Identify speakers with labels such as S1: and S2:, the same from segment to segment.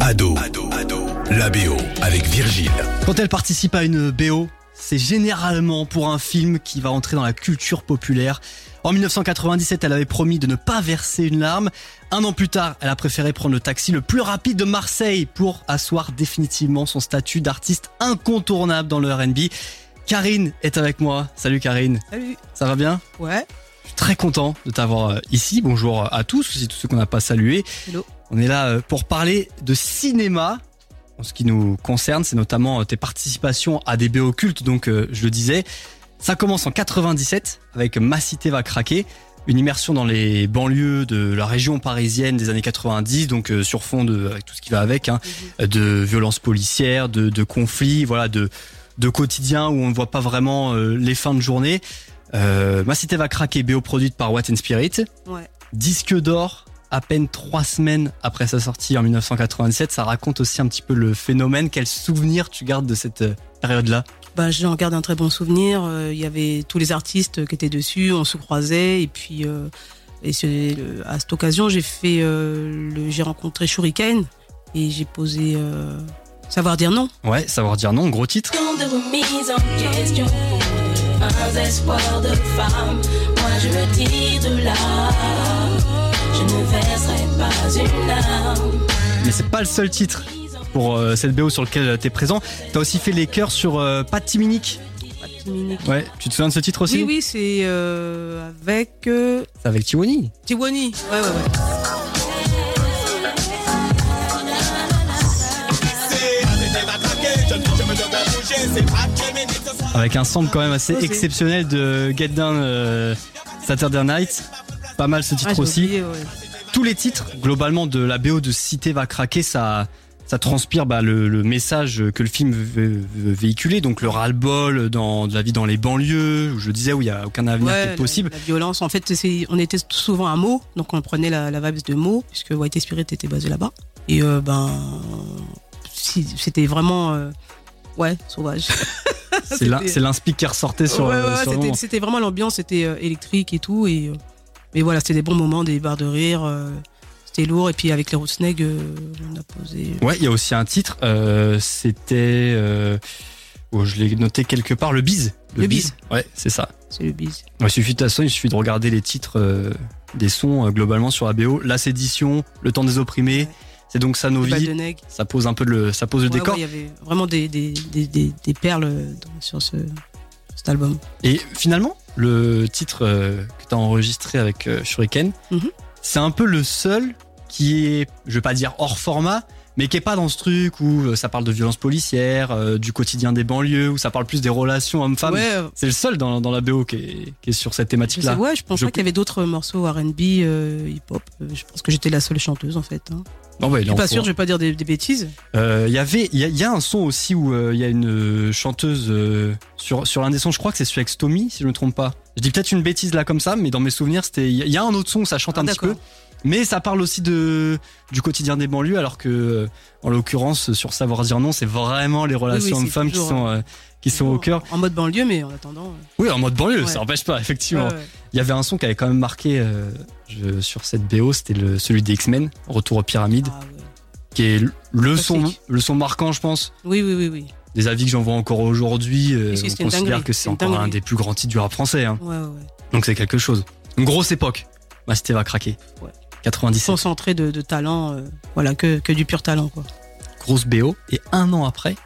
S1: Ado, ado, ado, la BO avec Virgile.
S2: Quand elle participe à une BO, c'est généralement pour un film qui va entrer dans la culture populaire. En 1997, elle avait promis de ne pas verser une larme. Un an plus tard, elle a préféré prendre le taxi le plus rapide de Marseille pour asseoir définitivement son statut d'artiste incontournable dans le RB. Karine est avec moi. Salut Karine,
S3: Salut.
S2: ça va bien
S3: Ah Ouais.
S2: Je suis très content de t'avoir euh, ici. Bonjour à tous, aussi tous ceux qu'on n'a pas salués.
S3: Hello.
S2: On est là euh, pour parler de cinéma. En ce qui nous concerne, c'est notamment euh, tes participations à des BO cultes, donc euh, je le disais. Ça commence en 97 avec Ma Cité va craquer, une immersion dans les banlieues de la région parisienne des années 90, donc euh, sur fond de avec tout ce qui va avec, hein, de violences policières, de, de conflits, voilà, de, de quotidien où on ne voit pas vraiment euh, les fins de journée. Euh, Ma Cité va craquer, BO produite par Watt and Spirit.
S3: Ouais.
S2: Disque d'or, à peine trois semaines après sa sortie en 1997. Ça raconte aussi un petit peu le phénomène. Quel souvenir tu gardes de cette euh, période-là
S3: Bah, j'en garde un très bon souvenir. Euh, Il y avait tous les artistes qui étaient dessus, on se croisait et puis euh, et c'est, le- à cette occasion j'ai fait euh, le- j'ai rencontré Shuriken et j'ai posé euh, savoir dire non.
S2: Ouais, savoir dire non, gros titre.
S4: Tant de remises en question, un espoir de femme. Moi je me tire de là, je ne verserai pas une larme.
S2: Mais c'est pas le seul titre pour euh, cette BO sur lequel t'es présent. T'as aussi fait les chœurs sur euh, Pat Timinic. Ouais, tu te souviens de ce titre aussi
S3: Oui oui c'est euh, avec euh,
S2: C'est avec Tiwani.
S3: Tiwani. Ouais ouais ouais.
S2: Avec un sample quand même assez
S3: Osé.
S2: exceptionnel de Get Down euh, Saturday Night. Pas mal ce titre
S3: Ah, j'ai
S2: aussi.
S3: oublié, ouais.
S2: tous les titres globalement de la BO de Cité va craquer, ça, ça transpire bah, le, le message que le film veut veut véhiculer, donc le ras-le-bol dans de la vie dans les banlieues, où je disais où il y a aucun avenir
S3: Ouais,
S2: qui est
S3: la-
S2: possible.
S3: La, violence, en fait, c'est- on était souvent à Meaux, donc on prenait la, la vibe de Meaux, puisque White Spirit était basé là-bas. Et euh, ben, si- c'était vraiment, euh, ouais, sauvage.
S2: C'est l'in-
S3: c'était-
S2: c'est l'inspi qui ressortait sur,
S3: Ouais,
S2: euh,
S3: ouais, ouais,
S2: sur le
S3: c'était-
S2: moment.
S3: c'était vraiment l'ambiance, c'était euh, électrique et tout. Et, euh, mais voilà, c'était des bons moments, des barres de rire. euh, c'était lourd. Et puis avec les Roots Snake, euh, on a posé.
S2: Ouais, il y a aussi un titre, euh, c'était, euh, oh, je l'ai noté quelque part, le Biz.
S3: Le Biz.
S2: Ouais, c'est ça.
S3: C'est le bis.
S2: Ouais, il suffit de toute façon, il suffit de regarder les titres euh, des sons euh, globalement sur la BO, la sédition, le temps des opprimés.
S3: Ouais.
S2: C'est donc ça nos
S3: Les balles
S2: vies.
S3: de nègre.
S2: Ça pose un peu le, ça pose le
S3: Ouais,
S2: décor.
S3: ouais, Il y avait vraiment des, des, des, des- des perles euh, dans- sur ce, cet album.
S2: Et finalement, le titre euh, que tu as enregistré avec euh, Shuriken,
S3: Mhm.
S2: c'est un peu le seul qui est, je vais pas dire hors format, mais qui est pas dans ce truc où euh, ça parle de violence policière, euh, du quotidien des banlieues, où ça parle plus des relations hommes-femmes.
S3: ouais, euh,
S2: C'est le seul dans, dans la BO qui est, qui est sur cette
S3: Je sais,
S2: thématique-là.
S3: ouais, je pense
S2: Je-
S3: pas qu'il y avait d'autres morceaux R&B, euh, hip-hop. Euh, Je pense que j'étais la seule chanteuse en fait. hein.
S2: Non, ouais, il est
S3: Je suis
S2: en
S3: pas
S2: cours.
S3: sûre, je vais pas dire des, des bêtises.
S2: Euh, Il y avait, il y, a- il y a un son aussi où euh, il y a une euh, chanteuse euh, sur sur l'un des sons. Je crois que c'est celui avec Tommy, si je me trompe pas. Je dis peut-être une bêtise là comme ça, mais dans mes souvenirs, c'était. Il y, a- il y a un autre son où ça chante
S3: Ah,
S2: un petit peu,
S3: d'accord.
S2: mais ça parle aussi de du quotidien des banlieues, alors que euh, en l'occurrence sur savoir dire non, c'est vraiment les relations
S3: c'est
S2: hommes-femmes qui
S3: toujours,
S2: sont euh, qui sont au cœur.
S3: En mode banlieue, mais en attendant. euh,
S2: Oui, en mode banlieue,
S3: Ouais.
S2: ça empêche pas effectivement.
S3: ouais, ouais.
S2: Il y avait un son qui avait quand même marqué euh, je- sur cette BO, c'était le celui des X-Men, Retour aux pyramides,
S3: Ah, ouais.
S2: qui est le- le son
S3: Classique.
S2: le son marquant, je pense
S3: Oui, oui, oui, oui.
S2: des avis que j'en vois encore aujourd'hui, euh,
S3: Parce que
S2: on
S3: c'est une
S2: considère
S3: dinguerie,
S2: que
S3: c'est
S2: c'est
S3: une
S2: encore un
S3: dinguerie.
S2: des plus grands titres du rap français. hein.
S3: Ouais, ouais, ouais.
S2: Donc c'est quelque chose. Une grosse époque. Ma cité va craquer.
S3: Ouais.
S2: 97.
S3: Concentré de, de talent, euh, voilà, que, que du pur talent quoi.
S2: Grosse BO. Et un an après,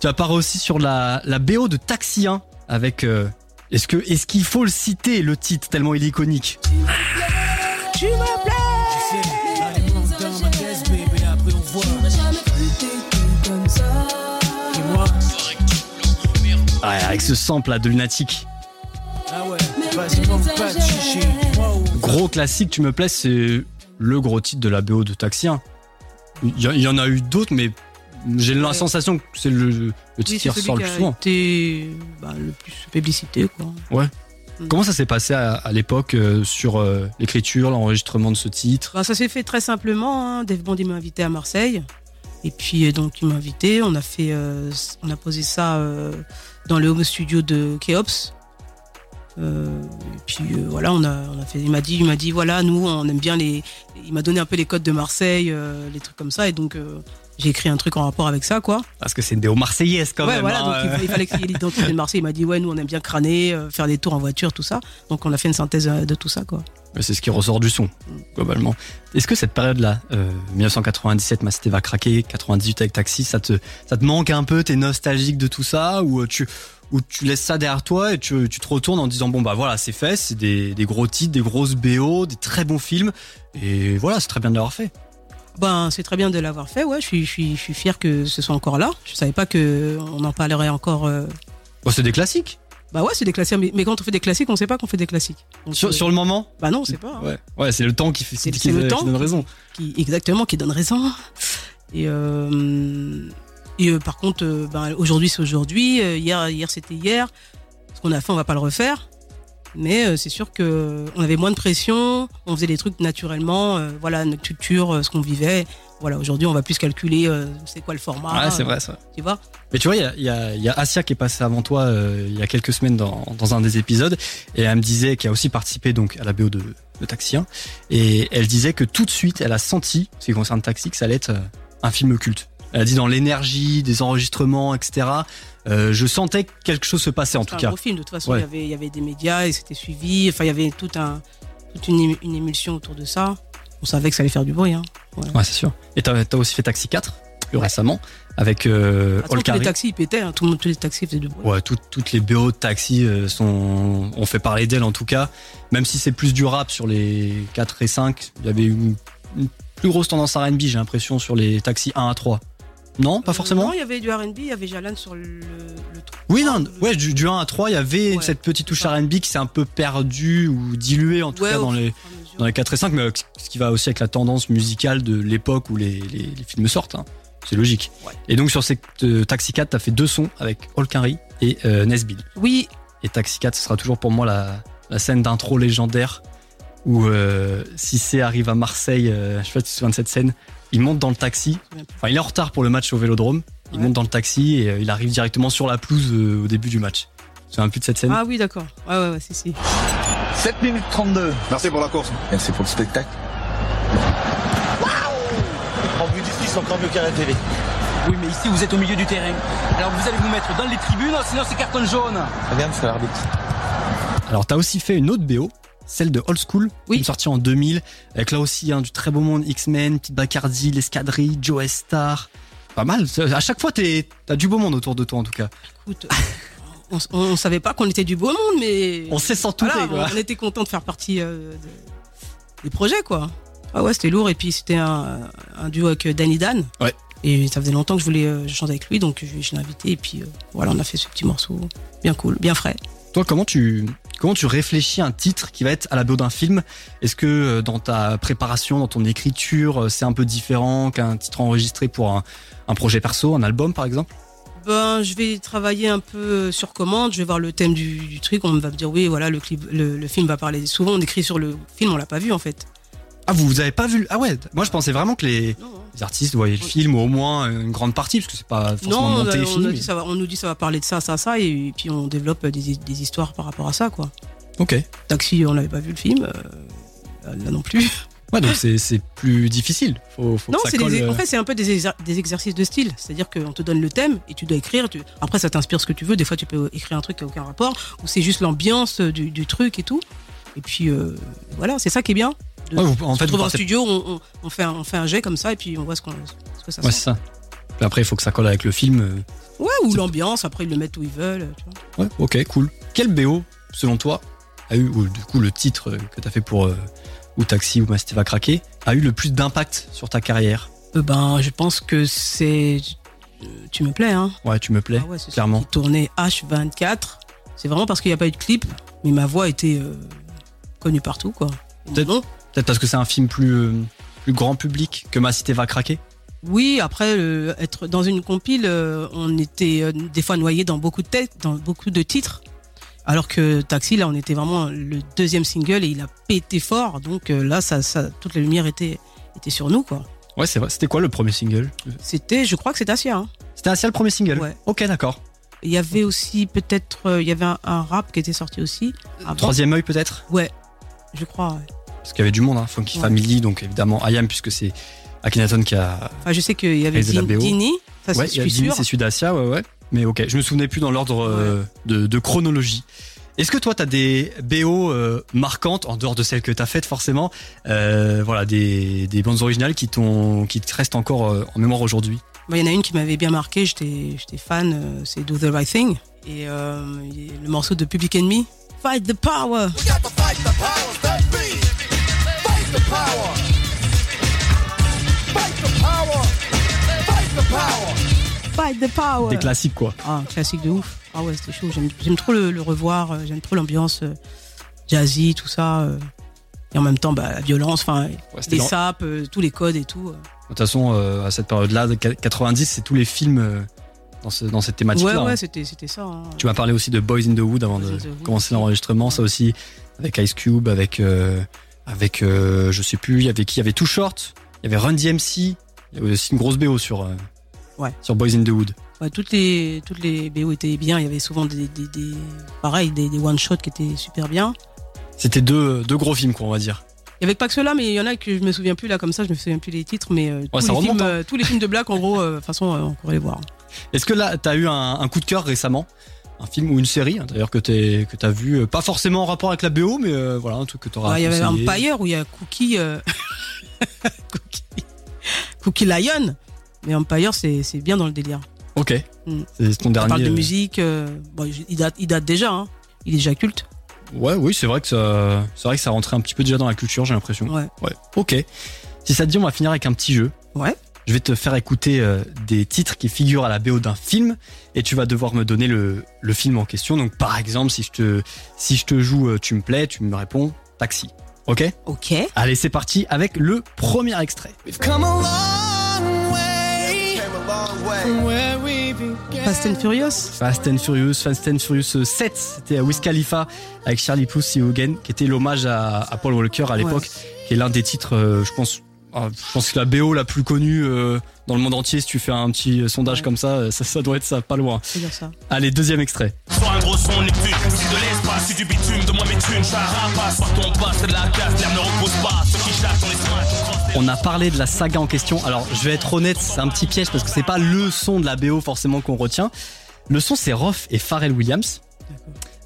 S2: tu apparais aussi sur la, la BO de Taxi 1 avec. euh, est-ce que est-ce qu'il faut le citer le titre tellement il est iconique
S4: J'aurais jamais cru t'étais comme ça.
S2: Ouais, Avec ce sample là de lunatique. Gros classique, tu me plais, c'est le gros titre de la BO de Taxi 1. Il y, a- il y en a eu d'autres, mais j'ai la
S3: Ouais.
S2: sensation que c'est le, le titre
S3: Oui,
S2: qui
S3: c'est
S2: ressort le
S3: celui qui
S2: plus
S3: a
S2: souvent.
S3: été bah, le plus publicité quoi.
S2: Comment ça s'est passé à, à l'époque euh, sur euh, l'écriture, l'enregistrement de ce titre
S3: Bah, ça s'est fait très simplement. Hein. Dave Bond il m'a invité à Marseille. Et puis euh, donc il m'a invité. On a fait, euh, on a posé ça euh, dans le home studio de Keops. Euh, et puis euh, voilà, on a, on a fait. Il m'a dit, il m'a dit voilà, nous on aime bien les. Il m'a donné un peu les codes de Marseille, euh, les trucs comme ça. Et donc euh, j'ai écrit un truc en rapport avec ça, quoi.
S2: Parce que c'est une déo marseillaise quand
S3: ouais,
S2: même.
S3: voilà,
S2: hein,
S3: donc il
S2: euh.
S3: fa- il fallait qu'il y ait l'identité de Marseille. Il m'a dit, ouais, nous on aime bien crâner, euh, faire des tours en voiture, tout ça. Donc on a fait une synthèse euh, de tout ça, quoi.
S2: Mais C'est ce qui ressort du son, globalement. Est-ce que cette période-là, euh, 1997, Ma Cité va craquer, 98 avec Taxi, ça te, ça te manque un peu T'es nostalgique de tout ça Ou euh, tu, ou tu laisses ça derrière toi et tu, tu te retournes en disant Bon, bah voilà, c'est fait, c'est des, des gros titres, des grosses BO, des très bons films. Et voilà, c'est très bien de l'avoir fait.
S3: Ben, c'est très bien de l'avoir fait, ouais. Je suis, je suis, je suis fier que ce soit encore là. Je savais pas que on en parlerait encore. euh.
S2: Bon, c'est des classiques.
S3: Bah ouais, c'est des classiques. Mais, mais quand on fait des classiques, on sait pas qu'on fait des classiques. Donc,
S2: Sur,
S3: euh,
S2: sur le moment
S3: Bah non, c'est pas. hein.
S2: Ouais, ouais c'est le temps qui fait
S3: C'est-
S2: qui-
S3: c'est le
S2: qui
S3: temps.
S2: donne raison.
S3: qui exactement qui donne raison. Et, euh, et euh, par contre, euh, ben, aujourd'hui c'est aujourd'hui, euh, hier hier c'était hier. Ce qu'on a fait, on va pas le refaire. Mais euh, c'est sûr que euh, on avait moins de pression, on faisait des trucs naturellement, euh, voilà notre culture, euh, ce qu'on vivait. Voilà, aujourd'hui on va plus calculer euh, c'est quoi le format.
S2: ouais, c'est vrai, ça.
S3: Tu vois
S2: Mais tu vois, il y a, il y, a, il y a Asia qui est passée avant toi euh, il y a quelques semaines dans, dans un des épisodes, et elle me disait qui a aussi participé donc à la BO de, de Taxi 1, et elle disait que tout de suite, elle a senti, en ce qui concerne Taxi, que ça allait être euh, un film culte. Elle a dit dans l'énergie, des enregistrements, etc. euh, je sentais que quelque chose se passait en tout
S3: C'est un
S2: cas.
S3: gros film. De toute façon,
S2: Ouais.
S3: il y avait- il y avait des médias et c'était suivi. Enfin, il y avait tout un, toute une, ému- une émulsion autour de ça. On savait que ça allait faire du bruit. Hein.
S2: Ouais, c'est sûr. Et t'as as aussi fait Taxi 4 plus récemment avec euh,
S3: De toute façon, tous
S2: Olkari.
S3: les taxis ils pétaient. hein. Tout le monde, tous les taxis faisaient du bruit.
S2: Ouais, tout- toutes les BO de taxi euh, sont, ont fait parler d'elle en tout cas. Même si c'est plus du rap sur les 4 et 5, il y avait une, une plus grosse tendance à RB, j'ai l'impression, sur les taxis 1 à 3. Non, pas forcément
S3: Non, il y avait du RB, il y avait Jalan sur le, le Ah, euh, trou.
S2: Oui, non, ouais, du, du 1 à 3, il y avait
S3: Ouais,
S2: cette petite touche
S3: ça.
S2: RB qui s'est un peu perdue ou diluée en tout
S3: Ouais,
S2: cas
S3: au
S2: dans
S3: fur et
S2: les,
S3: à mesure.
S2: dans les 4 et 5, mais euh, ce qui va aussi avec la tendance musicale de l'époque où les, les- les films sortent. hein. C'est logique.
S3: Ouais.
S2: Et donc sur ces euh, Taxi 4, t'as fait deux sons avec Holkinry et euh, Nesbill.
S3: Oui,
S2: Et Taxi 4, ce sera toujours pour moi la, la scène d'intro légendaire où euh, Cissé arrive à Marseille, euh, je sais pas si tu te souviens de cette scène, il monte dans le taxi, enfin il est en retard pour le match au Vélodrome, il
S3: Ouais.
S2: monte dans le taxi et euh, il arrive directement sur la pelouse euh, au début du match. Tu te souviens plus de cette scène
S3: ah oui, d'accord. Ouais, ouais, ouais, si, si.
S5: 7 minutes 32.
S6: Merci pour la course.
S5: Merci pour le spectacle.
S7: En vue du sont encore mieux qu'à la télé.
S8: Oui, mais ici, vous êtes au milieu du terrain. Alors, vous allez vous mettre dans les tribunes, sinon c'est carton jaune.
S7: Regarde, c'est l'arbitre.
S2: Alors t'as aussi fait une autre BO, celle de Old School,
S3: Oui.
S2: qui est sortie en 2000, avec là aussi hein, du très beau monde, X-Men, Petite Bacardi, L'Escadrille, Joe Star. Pas mal, à chaque fois t'es- t'as du beau monde autour de toi en tout cas.
S3: Écoute, on, s- on savait pas qu'on était du beau monde, mais
S2: On sait s'en tout
S3: voilà, on, on était content de faire partie euh, de- des projets, quoi. Ah ouais, c'était lourd. Et puis c'était un, un duo avec euh, Danny Dan.
S2: Ouais.
S3: Et ça faisait longtemps que je voulais euh, je chanter avec lui, donc je, je l'ai invité. Et puis euh, voilà, on a fait ce petit morceau bien cool, bien frais.
S2: Toi, comment tu, comment tu réfléchis un titre qui va être à la BO d'un film Est-ce que euh, dans ta préparation, dans ton écriture, euh, c'est un peu différent qu'un titre enregistré pour un, un projet perso, un album par exemple
S3: Ben, je vais travailler un peu euh, sur commande. Je vais voir le thème du, du truc. On va me dire oui, voilà, le clip, le, le film va parler. Souvent, on écrit sur le film, on l'a pas vu en fait.
S2: Ah, vous, vous avez pas vu le- Ah ouais, moi je pensais vraiment que les,
S3: Non, hein.
S2: les artistes voyaient le film ou au moins une grande partie, parce que c'est pas forcément
S3: non, on,
S2: monté
S3: a-
S2: et
S3: on
S2: filmé.
S3: a dit ça va- on nous dit ça va parler de ça, ça, ça, et, puis on développe euh, des, des histoires par rapport à ça, quoi.
S2: Ok.
S3: Taxi, on n'avait pas vu le film, euh, là non plus.
S2: Ouais, donc c'est c'est plus difficile. Faut, faut
S3: non,
S2: que ça
S3: c'est des-
S2: colle, euh,
S3: en fait, c'est un peu des, exer- des exercices de style. C'est-à-dire qu'on te donne le thème et tu dois écrire. tu- Après, ça t'inspire ce que tu veux. Des fois, tu peux écrire un truc qui n'a aucun rapport, ou c'est juste l'ambiance du, du truc et tout. Et puis, euh, voilà, c'est ça qui est bien. de-
S2: ouais, vous- en
S3: On se
S2: fait, vous
S3: retrouve en
S2: partez-
S3: studio, on, on- on fait un, on fait un jet comme ça, et puis on voit ce, qu'on ce que ça
S2: Ouais,
S3: sent.
S2: c'est ça. Puis après, il faut que ça colle avec le film. euh,
S3: Ouais, ou
S2: c'est-
S3: l'ambiance, après, ils le mettent où ils veulent. tu vois.
S2: Ouais, ok, cool. Quel BO, selon toi, a eu, ou du coup le titre euh, que t'as fait pour euh, ou Taxi ou Masté va craquer, a eu le plus d'impact sur ta carrière
S3: Euh, ben, je pense que c'est. euh, Tu me plais, hein
S2: Ouais, tu me plais,
S3: Ah ouais, c'est
S2: clairement.
S3: Tourné H24. C'est vraiment parce qu'il n'y a pas eu de clip, mais ma voix était euh, connue partout, quoi.
S2: Peut-être-
S3: Non
S2: Peut-être parce que c'est un film plus, euh, plus grand public que Ma Cité va craquer
S3: Oui, après, euh, être dans une compile, euh, on était euh, des fois noyé dans beaucoup de têtes, dans beaucoup de titres. Alors que Taxi, là, on était vraiment le deuxième single et il a pété fort. Donc euh, là, ça, ça, toute la lumière était, était sur nous, quoi.
S2: Ouais, c'est vrai. C'était quoi le premier single
S3: C'était, je crois que c'était Asia. hein.
S2: C'était Asia le premier single
S3: Ouais.
S2: Ok, d'accord.
S3: Il y avait aussi peut-être, euh, il y avait un, un rap qui était sorti aussi. avant,
S2: Troisième œil peut-être
S3: je crois. ouais.
S2: Parce qu'il y avait du monde, hein. Funky
S3: Ouais.
S2: Family, donc évidemment Ayam, puisque c'est Akhenaton qui a.
S3: Enfin, je sais qu'il y avait
S2: Réalisé la
S3: Din-
S2: BO.
S3: Dini, ça
S2: ouais,
S3: c'est-
S2: il y
S3: je
S2: a
S3: suis
S2: Dini,
S3: sûre.
S2: c'est Sudacia, ouais, ouais. Mais ok, je me souvenais plus dans l'ordre euh, de, de chronologie. Est-ce que toi, t'as des BO euh, marquantes, en dehors de celles que t'as faites forcément, euh, voilà, des, des bandes originales qui, t'ont, qui te restent encore euh, en mémoire aujourd'hui
S3: Bah, Il y en a une qui m'avait bien marqué, j'étais j'étais fan, euh, c'est Do the Right Thing. Et euh, il y a le morceau de Public Enemy, Fight the Power. Fight the Power.
S2: Des classiques, quoi.
S3: Ah, un classique de ouf. Ah ouais, c'était chaud. J'aime j'aime trop le, le revoir, euh, j'aime trop l'ambiance euh, jazzy, tout ça. euh. Et en même temps, bah, la violence, enfin,
S2: Ouais, c'était
S3: les
S2: dans-
S3: sapes, euh, tous les codes et tout. euh.
S2: De toute façon, euh, à cette période-là, de qu- 90, c'est tous les films euh, dans, ce- dans cette
S3: Ouais,
S2: thématique-là. hein.
S3: ouais, c'était c'était ça. hein.
S2: Tu m'as parlé aussi de Boys in the Wood avant
S3: Boys
S2: de
S3: in the Wood.
S2: commencer l'enregistrement, ça aussi, avec Ice Cube, avec, euh, avec euh, je sais plus, il y avait qui Il y avait Too Short, il y avait Run DMC, il y avait aussi une grosse BO sur, euh,
S3: Ouais.
S2: sur Boys in the Wood.
S3: Ouais, toutes les toutes les BO étaient bien. Il y avait souvent des, des, des- pareil des, des one shots qui étaient super bien.
S2: C'était deux, deux gros films, quoi, on va dire.
S3: Il y avait pas que cela, mais il y en a que je me souviens plus là comme ça. Je me souviens plus les titres, mais euh, tous,
S2: ça
S3: les
S2: remonte,
S3: films,
S2: hein.
S3: euh, tous les films de Black en gros, euh, de toute façon, euh, on pourrait les voir.
S2: Est-ce que là, t'as eu un, un coup de cœur récemment un film ou une série hein, d'ailleurs que t'es- que t'as vu euh, pas forcément en rapport avec la BO mais euh, voilà un truc que t'auras
S3: Ouais, Il y avait
S2: conseillé.
S3: Empire où il y a Cookie, euh, Cookie, Cookie Lion, mais Empire c'est c'est bien dans le délire.
S2: ok
S3: Mm.
S2: c'est ton
S3: On
S2: dernier
S3: parle de
S2: euh,
S3: musique, euh, bon, il date il date déjà, hein. il est déjà culte.
S2: Ouais, oui, c'est vrai que ça, c'est vrai que ça rentrait un petit peu déjà dans la culture, j'ai l'impression.
S3: Ouais.
S2: Ok. Si ça te dit, on va finir avec un petit jeu.
S3: Ouais.
S2: Je vais te faire écouter euh, des titres qui figurent à la BO d'un film et tu vas devoir me donner le, le film en question. Donc, par exemple, si je te, si je te joue euh, Tu me plais, tu me réponds Taxi. Ok
S3: Ok.
S2: Allez, c'est parti avec le premier extrait.
S3: Fast and Furious.
S2: Fast and Furious, Fast and Furious 7, c'était à Wiz Khalifa avec Charlie Puth et Hogan, qui était l'hommage à, à Paul Walker à l'époque, qui est l'un des titres, euh, je pense, ah, je pense que la BO la plus connue euh, dans le monde entier. Si tu fais un petit euh, sondage
S3: Ouais.
S2: comme ça, euh, ça, ça doit être ça, pas loin.
S3: C'est dire ça.
S2: Allez, deuxième extrait.
S6: Sors un gros son, les putes, c'est de l'espace, c'est du bitume, de moi mes thunes, je la rapace, Sors ton bas, c'est de la casse, l'air ne repose pas, ceux qui chassent, on les smash, on croise les
S2: On a parlé de la saga en question. Alors, je vais être honnête, c'est un petit piège parce que c'est pas le son de la BO forcément qu'on retient. Le son, c'est Roth et Pharrell Williams.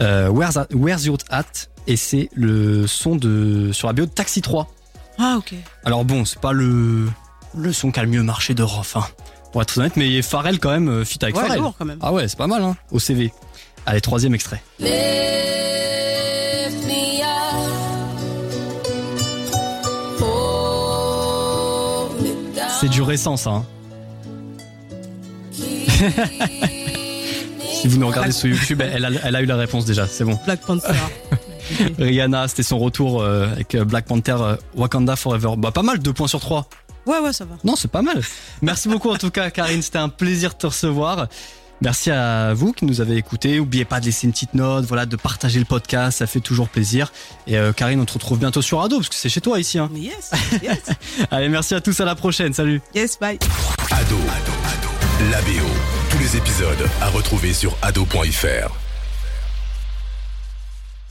S2: Euh, Where's, That- Where's Your Hat Et c'est le son de sur la BO de Taxi 3.
S3: Ah ok.
S2: Alors bon, c'est pas le, le son qui a le mieux marché de Roth, hein, pour être honnête, mais Pharrell quand même, euh, fit avec
S3: Ouais,
S2: Pharrell.
S3: lourd quand même.
S2: Ah ouais, c'est pas mal, hein, au CV. Allez, troisième extrait.
S4: Lift me up. Hold me down.
S2: C'est du récent, ça. hein. Si vous nous regardez sur YouTube, elle a, elle a eu la réponse déjà, c'est bon.
S3: Black Panther.
S2: Rihanna, c'était son retour euh, avec euh, Black Panther euh, Wakanda Forever. Bah pas mal, deux points sur trois.
S3: ouais ouais ça va.
S2: Non, c'est pas mal. Merci beaucoup en tout cas, Karine. C'était un plaisir de te recevoir. Merci à vous qui nous avez écoutés. N'oubliez pas de laisser une petite note, voilà, de partager le podcast, ça fait toujours plaisir. Et euh, Karine, on te retrouve bientôt sur Ado, parce que c'est chez toi ici. hein.
S3: Mais yes, yes,
S2: Allez, merci à tous, à la prochaine. Salut.
S3: yes, bye.
S1: Ado, Ado, Ado. La BO. Tous les épisodes à retrouver sur ado.fr.